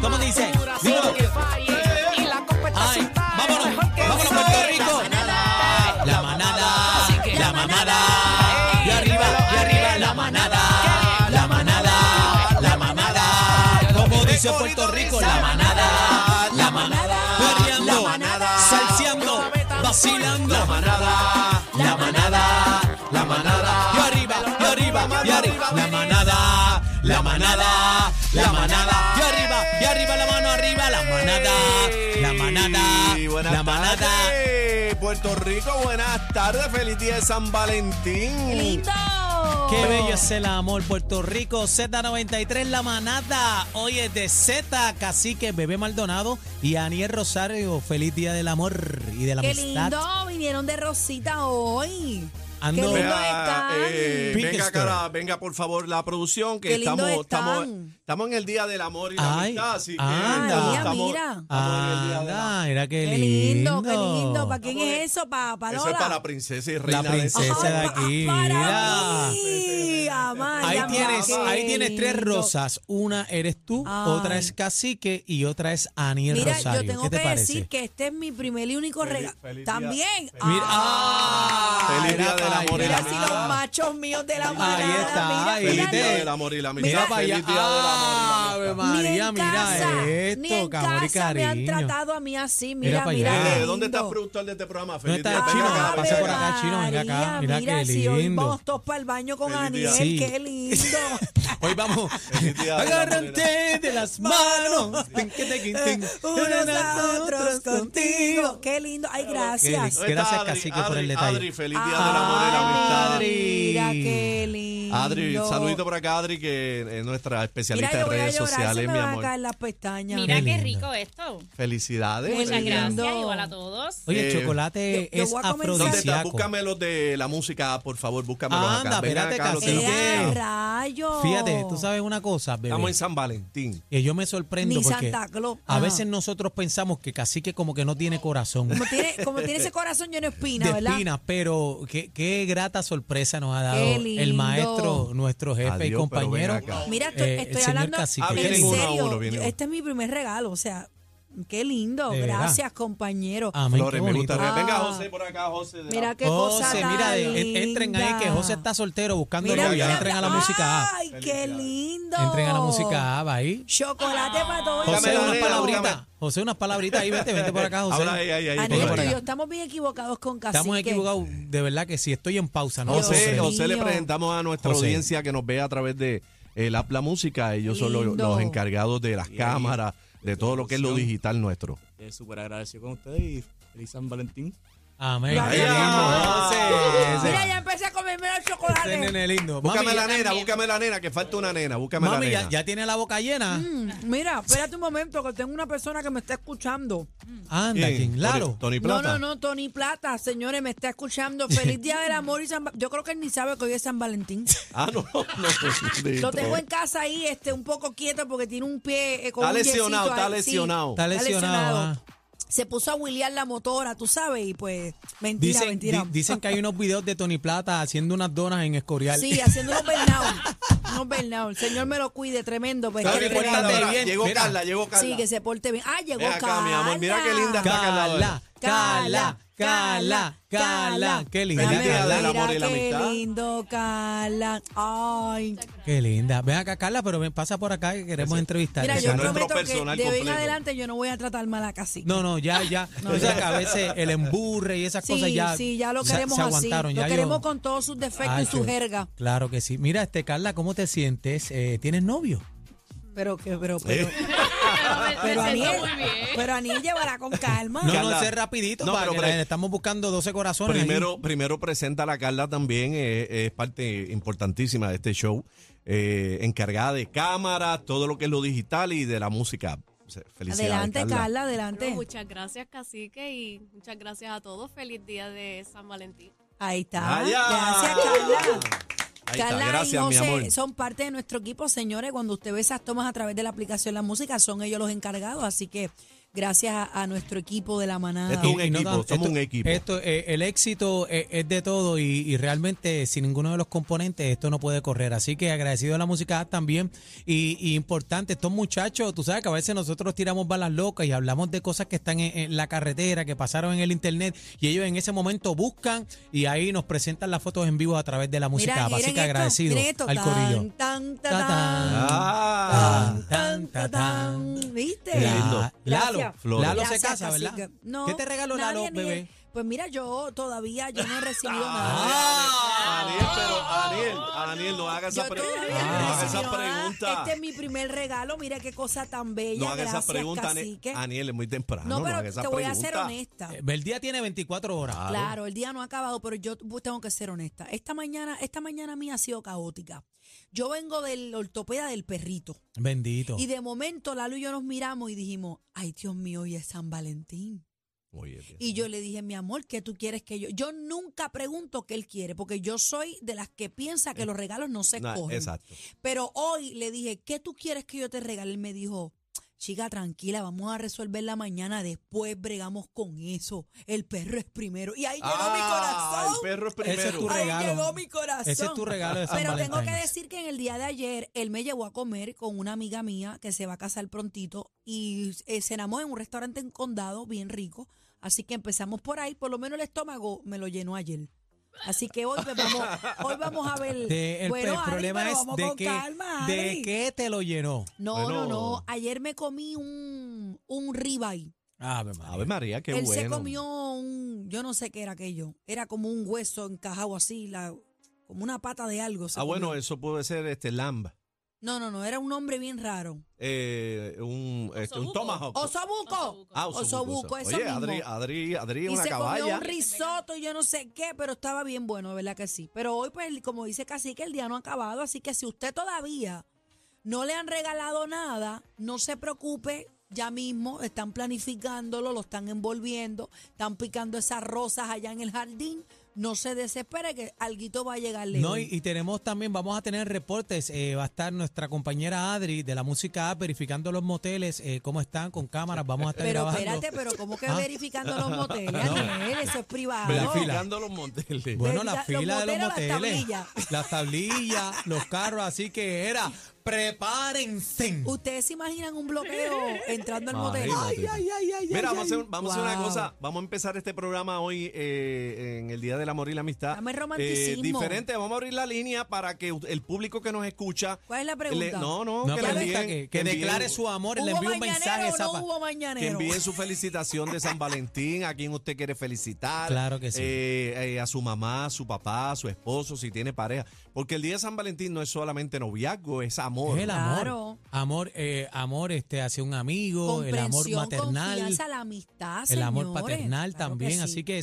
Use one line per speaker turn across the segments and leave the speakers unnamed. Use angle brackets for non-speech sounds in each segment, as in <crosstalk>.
¿Cómo dice?
cultura
Dilo.
sin que falle. Y la copa está
Ay,
sin talle,
vámonos,
mejor que
vámonos
falle.
Puerto Rico.
La manada,
La manada,
Así que-
la manada. Y arriba, y arriba la manada. La manada, la manada. Como dice Puerto Rico, la manada, la manada. Perreando, salseando, vacilando. La manada, la manada, la manada. Y arriba, y arriba, y arriba. La manada, la manada, la manada. Y arriba, y arriba la mano arriba. La manada, la manada,
Y buenas
la manada.
tardes, Puerto Rico, buenas tardes. Feliz día de San Valentín.
Qué bello es el amor, Puerto Rico, Z93, La Manada. Hoy es de Z, Cacique, Bebé Maldonado y Aniel Rosario. Feliz Día del Amor y de la
Qué
Amistad.
lindo, vinieron de Rosita hoy.
Ando- Ah,
Qué lindo
Vea,
están.
eh,
Pique
venga,
Store.
cara, venga, por favor, la producción, que
Qué lindo
estamos,
están.
estamos, estamos en el día del amor y la
Ay,
amistad, así que estamos,
anda. Mira,
mira.
estamos en el día del amor.
Anda, mira qué
qué
lindo.
lindo, qué lindo. ¿Para quién es eso? ¿Para para
Eso es para princesa y reina
La princesa
de
de
España.
aquí.
Para
Mira.
mí, Amaya,
Ahí
mira,
tienes,
qué
ahí tienes tres
lindo.
rosas. Una eres tú,
Ay.
otra es Cacique y otra es Aniel
Mira,
Rosario.
yo tengo
¿Qué te
que
parece?
decir que este es mi primer y único
Feliz-
regalo.
feliz día.
También.
Mira,
Ah,
ah,
Feliz
mira
día del
pa'
amor y
mira
la
allá.
si los machos míos de la manada.
está,
mira,
ahí
mira,
Feliz día
te-
del amor y la amistad.
Mira para allá.
Feliz día del amor y la
Ave
amistad.
ni
María,
en
mira
casa,
esto,
ni en
amor y
casa me han
cariño.
tratado a mí así.
Mira
Mira,
pa'
mira,
allá.
qué
Eh, ¿Dónde está el
lindo.
productor de este programa?
¿Dónde
Feliz
está
día
el
venga
chino?
acá,
Pasa
venga
por
acá.
acá, chino, venga acá.
María,
Mira qué
si hoy
lindo.
vamos todos para el baño con
Feliz día.
Aniel,
Sí.
qué
<laughs>
lindo.
Hoy vamos.
Feliz día de la
Agárrate de las manos. Tin, que te, quin, tin.
<laughs> Eh, Unos a otros contigo. Qué lindo. Ay, gracias.
Qué Gracias,
Adri,
Cacique, por el
Adri,
detalle.
Adri, feliz día del amor y la
Ay,
amistad.
Adri.
Mira, qué lindo.
Adri, saludito por acá, Adri, que es nuestra
Mira,
especialista
yo
en
voy a
redes
llorar, se
sociales,
me
mi
van a
amor.
caer las pestañas.
Mira
Qué
qué,
lindo.
rico esto.
Felicidades.
Muchas
Muchas
Feliz-
gracias,
lindo.
igual a todos.
Oye, el
Eh,
chocolate
yo- yo
es
voy a comenzar.
¿Dónde está?
afrodisíaco.
Búscame los de la música, por favor, búscamelos
ah, Anda,
acá. Vengan
espérate,
acá los de
Cacique.
la música.
Ea, Eh, rayo.
Fíjate, tú sabes una cosa, bebé.
Estamos en San Valentín.
que yo me sorprendo
Ni
porque
Santa Claus. Ah.
a
Ajá.
veces nosotros pensamos que Cacique como que no tiene
Como
corazón. <laughs>
tiene, como tiene ese corazón lleno de espina,
de
¿verdad?
espinas, pero qué, qué grata sorpresa nos ha dado
Qué
el
lindo.
maestro, nuestro jefe y
Adiós, pero ven
compañero.
acá.
Mira, estoy,
eh, el
estoy
señor
hablando
Cacique.
Ah,
en
vienen uno a
serio.
uno, vienen
yo-
uno.
este es mi primer regalo, o sea, qué lindo.
De verdad.
Gracias, compañero.
Amén, qué
Flores, me
bonito.
gustaría. Venga,
Ah.
José, por acá, José. de la-
Mira qué cosa
José,
tan
mira,
linda.
eh, entren ahí que José está soltero buscando
Mira,
novia.
mira,
entren a la
mira.
música Ah. A.
Ay, qué lindo.
Entren a la música A, va ahí.
Chocolate para todos.
José,
Dámela,
unas
nena,
palabritas.
dámela.
José, unas palabritas ahí. Vete, vente por acá, José.
Habla ahí, ahí, ahí.
Aniel,
Aniel,
por
tú
por
y
acá.
yo estamos bien equivocados con Cacique.
Estamos equivocados, de verdad que sí. Estoy en pausa, ¿no?
José,
Dios
José le
mío.
presentamos a nuestra
José.
audiencia que nos ve a través de el app La Música. Ellos son los,
Lindo.
los encargados de las cámaras, de todo lo que es lo
producción.
digital nuestro.
Eh, súper agradecido con ustedes y feliz San Valentín.
Amén.
Ay,
Qué lindo,
ay.
José.
Mira, ya empecé a comerme los
Ese
chocolates.
nene lindo. Mami,
Búscame la
ya-
nena, búscame la nena, que falta una nena. Búscame la
Mami,
nena.
ya, ya tiene la boca llena.
Mm, Mira, espérate un momento que tengo una persona que me está escuchando.
Anda,
¿Quién?
¿quién? Lalo.
Tony, Tony
No,
Plata.
no, no, Tony Plata, señores, me está escuchando. Feliz día del amor y San Va- Yo creo que él ni sabe que hoy es San Valentín.
Ah, no, <laughs> no.
Lo tengo en casa ahí, este, un poco quieto porque tiene un pie eh, con
Está
un yesito
lesionado, está
ahí, sí.
lesionado.
Está lesionado.
lesionado.
ah.
Se puso a huilear la motora, tú sabes, y pues, mentira,
Dicen,
mentira.
di- dicen que hay unos videos de Tony Plata haciendo unas donas en Escorial.
Sí, haciendo unos burnout. unos burnout. El señor me lo cuide, tremendo. Pues,
Está
que
bien,
Carla,
tremendo.
Carla,
bien.
Llegó
Mira.
Carla, llegó Carla.
Sí, que se porte bien. Ah, llegó
Ven acá, mi amor, mira qué linda está Carla.
<laughs> Cala, cala, cala, cala. Qué linda,
Dame,
Feliz día del
Carla.
amor y la
mira qué
amistad.
lindo, Carla. Ay.
Qué linda. Ven acá, Carla, pero ven, pasa por acá que queremos entrevistarte.
Mira,
ese
yo
es nuestro
prometo que de
personal
hoy en
completo.
adelante yo no voy a tratar mal a Cacique.
No, no,
<laughs>
ya, ya. O sea, que a veces el emburre y esas cosas
sí,
ya.
sí, ya lo
se-
queremos
se
así.
aguantaron,
lo
ya yo- Ah,
queremos con todos sus defectos
Ay,
y su
qué-
jerga.
Claro que sí. Mira, este Carla, ¿cómo te sientes? Eh, ¿Tienes novio?
Pero que, pero, pero. Pero
Pero <laughs> me
Aniel,
siento muy bien.
pero Aniel llevará con calma.
No, no,
Carla.
ese es rapidito
No,
para
pero
que
pre-
la- estamos buscando 12 corazones. ahí.
Primero, primero presenta a la Carla también, eh, es parte importantísima de este show, eh, encargada de cámaras, todo lo que es lo digital y de la música. O sea, Felicidades,
adelante, Carla,
Bueno,
adelante.
muchas gracias, Cacique, y muchas gracias a todos. Feliz día de San Valentín.
Ahí está.
Allá.
Gracias, Carla.
Ahí está,
Carla y
gracias, mi
José
amor.
son parte de nuestro equipo, señores. Cuando usted ve esas tomas a través de la aplicación La Música, son ellos los encargados. Así que gracias a, a nuestro equipo de la manada.
Esto es un
Y Ah, no
equipo,
tan-
somos
esto-
un equipo.
Esto, eh, el éxito eh, es de todo y, y realmente sin ninguno de los componentes esto no puede correr. Así que agradecido a la música también. Y, y importante, estos muchachos, tú sabes que a veces nosotros tiramos balas locas y hablamos de cosas que están en, en la carretera, que pasaron en el internet y ellos en ese momento buscan y ahí nos presentan las fotos en vivo a través de la música.
Mira,
Así
miren
que
esto,
agradecido
miren esto.
al corillo.
Tan, tan, ta,
Ta,
tan,
tan.
Ah,
tan, tan, ta, tan. ¿Viste?
Qué lindo.
Gracias.
Lalo,
Flores.
Lalo se
Gracias,
casa, ¿verdad?
cacique. No,
¿Qué te regaló Lalo,
nadie, ni-
bebé?
Pues mira, yo todavía yo no he recibido nada.
Ah, Aniel, pero Aniel, Aniel, no haga
Yo
esa, pre-
todavía
no
no he
haga
recibido
esa
nada.
pregunta.
Este es mi primer regalo, mira qué cosa tan bella.
No haga
Gracias,
esa pregunta, Aniel.
cacique.
Aniel, es muy temprano.
No, pero
haga esa
te voy a ser
pregunta.
honesta.
Eh, El día tiene 24 horas.
Claro, el día no ha acabado, pero yo bu- tengo que ser honesta. Esta mañana, esta mañana mía ha sido caótica. Yo vengo del ortopeda del perrito.
Bendito.
Y de momento Lalo y yo nos miramos y dijimos, ay Dios mío, hoy es San Valentín.
Oye, Dios.
Y yo le dije, mi amor, ¿qué tú quieres que yo? Yo nunca pregunto qué él quiere, porque yo soy de las que piensa que los regalos no se
Nah,
escogen.
exacto.
Pero hoy le dije, ¿qué tú quieres que yo te regale? Él me dijo, chica, tranquila, vamos a resolver la mañana, después bregamos con eso. El perro es primero. Y ahí llegó
Ah,
mi corazón.
el perro es primero.
Ese es tu
Ahí
regalo.
llegó mi corazón.
Ese es tu regalo de San
Pero tengo que
Valentín.
decir que en el día de ayer él me llevó a comer con una amiga mía que se va a casar prontito y eh, cenamos en un restaurante en Condado bien rico. Así que empezamos por ahí. Por lo menos el estómago me lo llenó ayer. Así que hoy pues, vamos, hoy vamos a ver.
De- el, el
Ari,
problema
pero
es
vamos
de
con
qué,
calma,
de
Ari.
qué te lo llenó.
No,
Bueno.
no, no. Ayer me comí un, un ribeye.
Ave
Ave María, qué
Él
bueno.
se comió un, yo no sé qué era aquello. Era como un hueso encajado así, la, como una pata de algo. se
Ah, bueno,
comió.
eso puede ser este lamba.
No, no, no, era un hombre bien raro.
Eh, un, este, un
Osobuco.
tomahawk.
Osobuco.
Osobuco.
Ah,
Osobuco, eso
Oye,
mismo.
Adri, Adri, Adri,
y
una
se comió
caballa.
un risotto y yo no sé qué, pero estaba bien bueno, de verdad que sí. Pero hoy, pues, como dice Cacique, el día no ha acabado, así que si usted todavía no le han regalado nada, no se preocupe, ya mismo están planificándolo, lo están envolviendo, están picando esas rosas allá en el jardín. No se desespere que alguito va a llegarle.
No,
hoy.
y, y tenemos también, vamos a tener reportes. eh, va a estar nuestra compañera Adri de la música app verificando los moteles, eh, cómo están con cámaras. Vamos a estar
pero
grabando.
espérate, pero ¿cómo que
Ah.
verificando los moteles?
<laughs>
Daniel? eso es privado.
La fila.
Ah, Picando los monteles.
Bueno, la
Los
fila de
moteles,
los
las
moteles,
tablillas.
las tablillas, los carros. Así que era, prepárense.
¿Ustedes se imaginan un bloqueo entrando al motel?
Imagínate.
Ay, ay, ay, ay,
Mira,
ay,
vamos a
ay.
hacer, vamos a hacer una
Wow.
cosa. Vamos a empezar este programa hoy eh, en el Día del Amor y la Amistad.
Dame
Eh,
romanticismo.
diferente, vamos a abrir la línea para que el público que nos escucha.
¿Cuál es la pregunta?
le- no, no,
No,
que,
pero
le
está
envíen,
que, que
envíen-
declare su amor, le
¿Hubo
envíe un
mañanero
mensaje.
o
esa
no
pa-
hubo
Que
mañanero?
envíe su felicitación de San Valentín, a quien usted quiere felicitar.
Claro que sí.
Eh, eh, a su mamá, su papá, su esposo, si tiene pareja. Porque el día de San Valentín no es solamente noviazgo, es amor.
Es el amor.
Claro.
Amor, eh, amor este, hacia un amigo, el amor
Comprensión,
maternal.
confianza, la amistad,
El amor
señores.
paternal
Claro
también.
sí.
Así que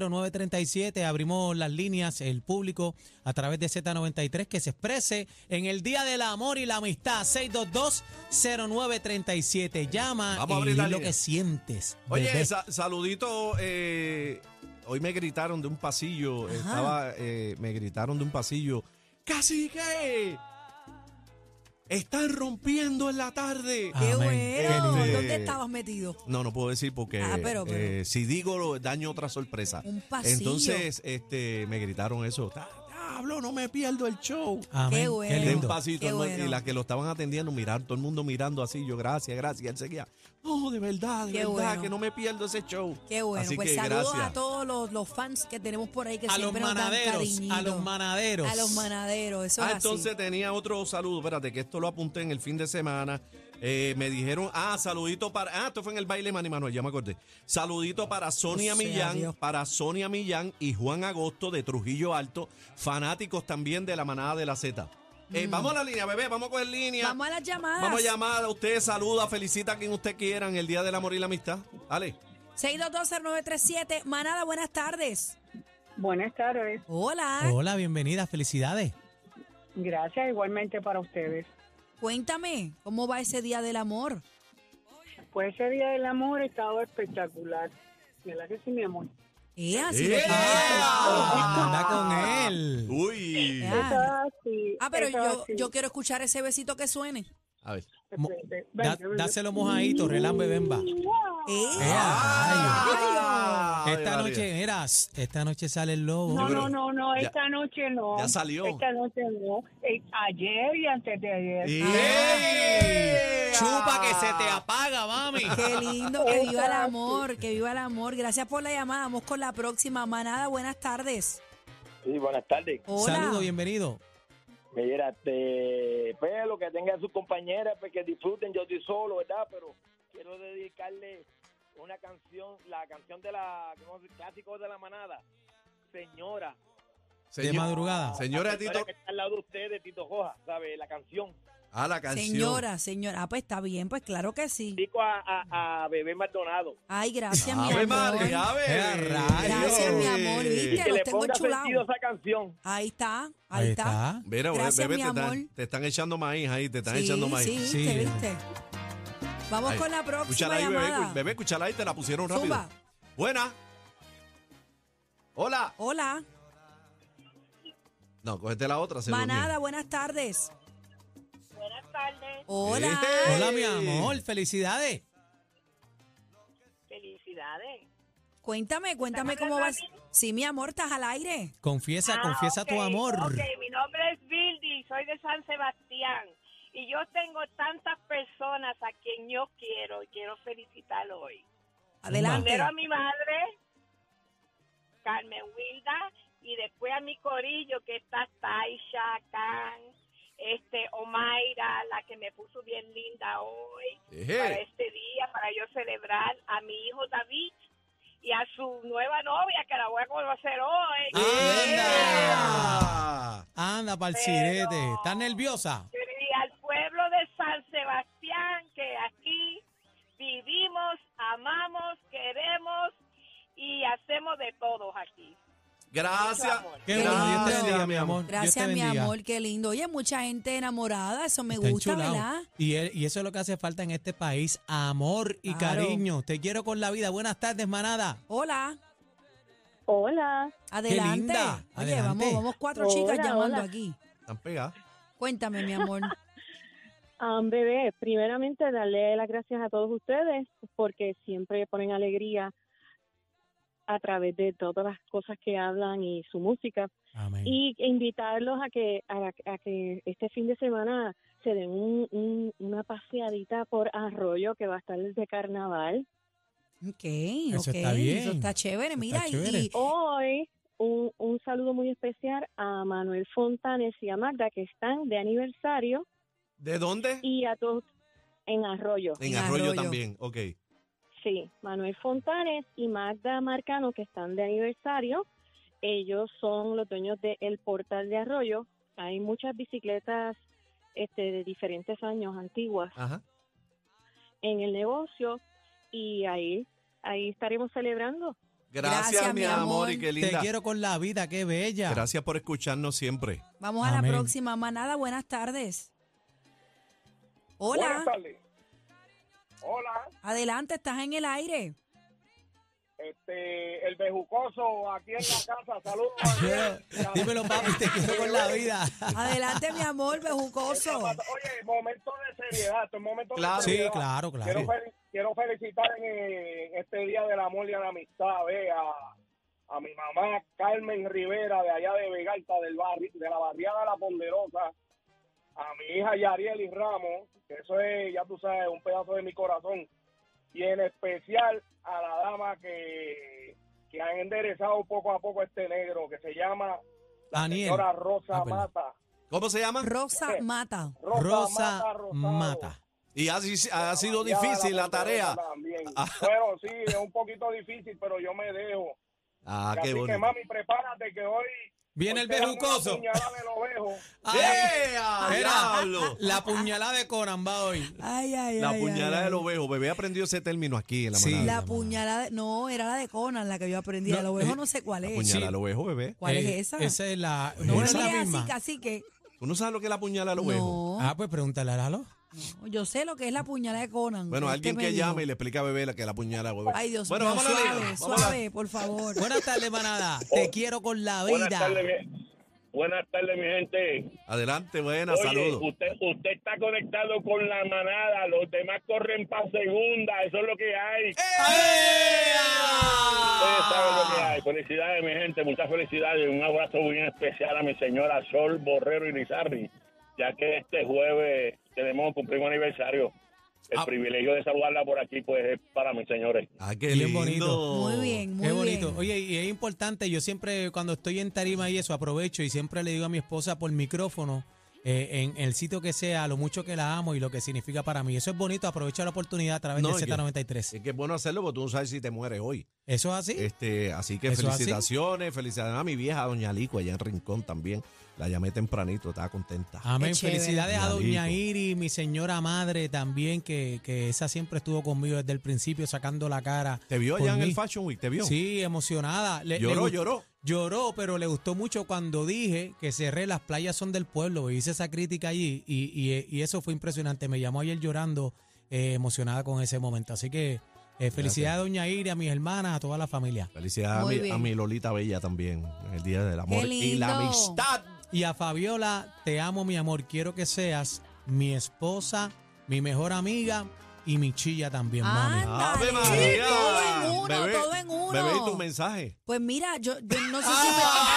6220937, abrimos las líneas, el público a través de Z93 que se exprese en el Día del Amor y la Amistad. 6220937. Llama
Vamos a
y
abrir
di
la
lo
línea.
que sientes.
Oye,
bebé.
sa- saludito. eh, hoy me gritaron de un pasillo. Estaba, eh, me gritaron de un pasillo. ¡Cacique! Están rompiendo en la tarde.
Ah.
¡Qué
Amén.
bueno!
Qué lindo.
¿Dónde estabas metido?
No, no puedo decir porque
Ah, pero, pero.
eh, si digo lo- daño otra sorpresa.
Un pasillo.
Entonces, este, me gritaron eso. "Ta- Diablo, no me pierdo el show.
Amén.
qué bueno.
Den
lindo.
pasito,
Qué
todo el mundo-
bueno.
Y las que lo estaban atendiendo, mirar, todo el mundo mirando así, yo, gracias, gracias. Él seguía, no, de verdad, de
Qué
verdad,
bueno.
que no me pierdo ese show.
Qué bueno.
Así
pues
que
saludos
gracias.
a todos los, los fans que tenemos por ahí que
A los
siempre nos dan
manaderos,
cariñito.
a los manaderos.
A los manaderos, eso
Ah,
es
entonces
así.
tenía otro saludo, espérate, que esto lo apunté en el fin de semana. Eh, me dijeron, ah, saludito para. Ah, esto fue en el baile Manny Manuel, ya me acordé. Saludito para Sonia
O sea,
Millán,
Dios.
para Sonia Millán y Juan Agosto de Trujillo Alto, fanáticos también de la manada de la Z. Eh, Vamos a la línea, bebé, vamos a coger línea.
Mm. Vamos a las llamadas.
Vamos a llamar, usted saluda, felicita a quien usted quiera en el Día del Amor y la Amistad. Dale.
6220937. Manada, buenas tardes.
Buenas tardes.
Hola.
Hola, bienvenida, felicidades.
Gracias igualmente para ustedes.
Cuéntame, ¿cómo va ese día del amor?
Pues ese Día del Amor ha estado espectacular. ¿Verdad que sí, mi amor?
Eh, así
¡Eh!
lo que-
Anda con él.
Uy.
Ah,
Ah, sí.
Ah, pero
eso
yo,
sí.
yo quiero escuchar ese besito que suene.
A ver.
Mo-
Espérate,
Da-
espérate.
dáselo mojadito, relán, bebemba.
Eh,
Ah,
Esta
Ave
noche, eras, esta noche sale el lobo.
No,
Yo
no,
creo-
no, no,
Ya-
esta noche no.
ya salió.
Esta noche no. Eh, ayer y antes de ayer.
María. ¡Ey!
Chupa que se te apaga, mami.
Qué lindo, que viva el amor, que viva el amor. Gracias por la llamada. Vamos con la próxima. Manada, buenas tardes.
Sí, buenas tardes.
<laughs> Hola.
Saludo, bienvenido.
Mira, te, pues lo que tenga sus compañeras, pues que disfruten, yo estoy solo, ¿verdad? Pero quiero dedicarle una canción, la canción de la, ¿cómo se- clásico de la manada, señora.
De
Señor-
madrugada.
Señora
La
Tito.
que está al lado de ustedes, Tito Joja, ¿sabe? La canción.
A Ah, la canción.
Señora, señora. Ah, pues está bien, pues claro que sí.
Dico a, a, a Bebé Maldonado.
Ay, gracias, mi
Ave
amor.
María,
Era
ave.
rayos.
Gracias, mi amor,
Y
¿viste?
que
los
le
tengo
ponga
enchulados.
sentido a esa canción.
Ahí está, ahí, está.
Mira, bebé,
Gracias,
bebé,
mi
te,
amor.
están, te están echando maíz ahí, te están
sí,
echando maíz.
sí,
Sí.
viste, viste. Vamos
Ahí.
con la próxima
Escúchala ahí, bebé,
llamada.
cu- bebé, escúchala ahí, te la pusieron rápido.
Zumba.
Buena. Hola.
Hola,
No, cógete la otra. se
manada,
durmió.
buenas tardes.
Buenas tardes.
Hola.
Eh.
Hola, mi amor, felicidades.
Felicidades.
Cuéntame, cuéntame cómo vas. Sí, mi amor, estás al aire. Ah,
Confiesa, confiesa tu amor.
Ah, mi nombre es Bildi, soy de San Sebastián. Y yo tengo tantas personas a quien yo quiero y quiero felicitar hoy.
Adelante.
Primero a mi madre, Carmen Wilda, y después a mi corillo, que está Taisha, Can, este, Omaira, la que me puso bien linda hoy, para
Ejé.
este día, para yo celebrar a mi hijo David y a su nueva novia, que la voy a conocer hoy.
Ah, ¡Anda!
Anda, parcirete. ¿Estás nerviosa?
Y al pueblo de San Sebastián, que aquí vivimos, amamos, queremos y hacemos de todos aquí.
Gracias.
Mucho amor.
Qué bueno, Dios te
Gracias,
bendiga,
mi
mi amor.
amor.
Dios te
Gracias, mi
bendiga.
amor, qué lindo. Oye, mucha gente enamorada, eso me
Está
gusta,
enchulado.
¿verdad?
Y, el- y eso es lo que hace falta en este país, amor y
Claro.
cariño. Te quiero con la vida. Buenas tardes, manada.
Hola,
Hola.
adelante.
linda,
Oye,
adelante.
vamos, vamos cuatro
Hola,
chicas llamando
hola.
aquí.
Están pegadas.
Cuéntame, mi
<laughs>
amor.
Um, bebé, primeramente darle las gracias a todos ustedes porque siempre ponen alegría a través de todas las cosas que hablan y su música
Amén.
y e invitarlos a que a, la- a que este fin de semana se den un- un- una paseadita por Arroyo que va a estar desde Carnaval.
Ok,
Eso
ok.
está bien.
Eso está chévere.
Eso
Mira,
está
y-
chévere.
y
Hoy un, un saludo muy especial a Manuel Fontanes y a Magda que están de aniversario
¿De dónde?
y a todos en Arroyo.
En
En
Arroyo,
Arroyo.
también. Ok.
Sí, Manuel Fontanes y Magda Marcano, que están de aniversario. Ellos son los dueños de El Portal de Arroyo. Hay muchas bicicletas este, de diferentes años antiguas
Ajá.
en el negocio y ahí, ahí estaremos celebrando.
Gracias,
Gracias,
mi
mi
amor.
amor.
y qué
Te
linda.
quiero con la vida, qué bella.
Gracias por escucharnos siempre.
vamos a la
Amén.
próxima. Manada, buenas tardes. Hola,
Buenas tardes. Hola,
adelante, estás en el aire.
este, el bejucoso aquí en la casa, saludos.
Yo- <laughs> Dímelo, papi, te quiero con la vida.
Adelante, mi amor,
<laughs>
bejucoso.
Oye, momento de seriedad, un momento
Claro.
de
Sí,
seriedad.
claro,
Quiero,
claro.
fel- quiero felicitar en, eh, en este Día del Amor y a la Amistad ve, a, a mi mamá Carmen Rivera de allá de Vegalta, del barrio, de la barriada La Ponderosa, a mi hija Yarieli Ramos, que eso es, ya tú sabes, un pedazo de mi corazón, y en especial a la dama que, que han enderezado poco a poco este negro, que se llama la
Daniel.
señora Rosa
Ah, perdón.
Mata.
¿Cómo se llama?
Rosa Mata.
Rosa,
Rosa
Mata Rosado.
Mata.
Y ha, si- ha sido
Ya,
difícil la
Ponderosa
tarea.
también.
Ah.
Bueno, sí, es un poquito difícil, pero yo me dejo.
Ah,
Así
qué
que,
bonito.
mami, prepárate que hoy.
Viene
hoy
el
te dan una
bejucoso.
puñalada en el ovejo.
Ay,
¡Ea, ¡Eh!
<laughs>
diablo!
La puñalada de Coran va hoy.
Ay, ay,
La
ay,
puñalada
ay,
del
ay.
ovejo. Bebé aprendió ese término aquí en la
Sí.
manada.
La puñalada, de- no, era la de Conan la que yo aprendí.
No,
el
eh,
ovejo no sé cuál
La
es.
puñalada
Sí.
del ovejo, bebé.
¿Cuál
Eh,
es esa?
Esa es la.
no
No es la
así,
misma.
casi que.
¿Tú no sabes lo que es la puñalada del ovejo?
No,
Ah, pues pregúntale a Lalo.
no, yo sé lo que es la puñalada de Conan.
Bueno,
este
alguien
me
que
dijo.
llame y le explica a bebé la que es la puñalada del ovejo.
Ay, Dios
bueno,
mío,
vamos a la
suave,
liga. Vamos a la-
suave, por favor.
Buenas tardes,
<laughs>
manada. Te quiero con la vida.
Oh. mi, buenas tardes, mi gente.
Adelante, buena,
Oye,
saludos.
Usted, usted está conectado con la manada, los demás corren para segunda, eso es lo que hay. Ustedes saben lo que hay. Felicidades, mi gente, muchas felicidades. Un abrazo bien especial a mi señora Sol Borrero Irizarri, ya que este jueves tenemos cumplir un aniversario. El
Ah.
privilegio de saludarla por aquí, pues, es para mis señores.
Ah, qué
Bien
lindo.
bonito.
Muy bien, muy
Qué bonito.
bien.
Oye, y es importante, yo siempre cuando estoy en tarima y eso aprovecho y siempre le digo a mi esposa por micrófono, eh, en el sitio que sea, lo mucho que la amo y lo que significa para mí. Eso es bonito, aprovecha la oportunidad a través
No, Eh,
de
es que-
Z93.
Es que es bueno hacerlo porque tú no sabes si te mueres hoy.
¿Eso es así?
Este, así que
Eso es así.
felicitaciones, felicidades a mi vieja Doña Lico allá en Rincón también. La llamé tempranito, estaba contenta.
Amén.
Qué chévere.
Felicidades a Doña
Igualito.
Iri, mi señora madre también, que, que esa siempre estuvo conmigo desde el principio sacando la cara.
¿Te vio
por
allá en
mí.
el Fashion Week? ¿Te vio?
Sí, emocionada. Le- le
Lloró,
gust-
lloró.
Lloró, pero le gustó mucho cuando dije que cerré las playas son del pueblo. Hice esa crítica allí y, y- y eso fue impresionante. Me llamó ayer llorando, eh, emocionada con ese momento. Así que eh, felicidades a Doña Iri, a mis hermanas, a toda la familia.
Felicidades a
Muy
mi, a
bien.
mi Lolita Bella también, en el Día del Amor y la
lindo.
Amistad.
Y a Fabiola, te amo, mi amor. Quiero que seas mi esposa, mi mejor amiga y mi chilla también, mami.
Ándale, todo en uno,
Bebé,
todo en uno.
Bebé, ¿y tu mensaje?
Pues mira, yo, yo no sé si
¡Ah!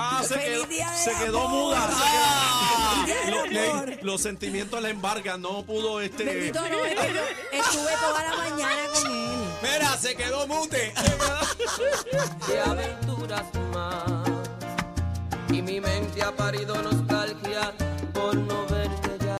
Ah, se
Feliz
quedó,
día del
se quedó
amor.
muda. se
Ah.
quedó-
Feliz día del
Lo-
amor.
le- los sentimientos la embargan, no pudo este. <laughs>
me... Bendito no, es que yo estuve toda la mañana con él.
Espera, se quedó mute.
de aventuras más. Y mi mente ha parido no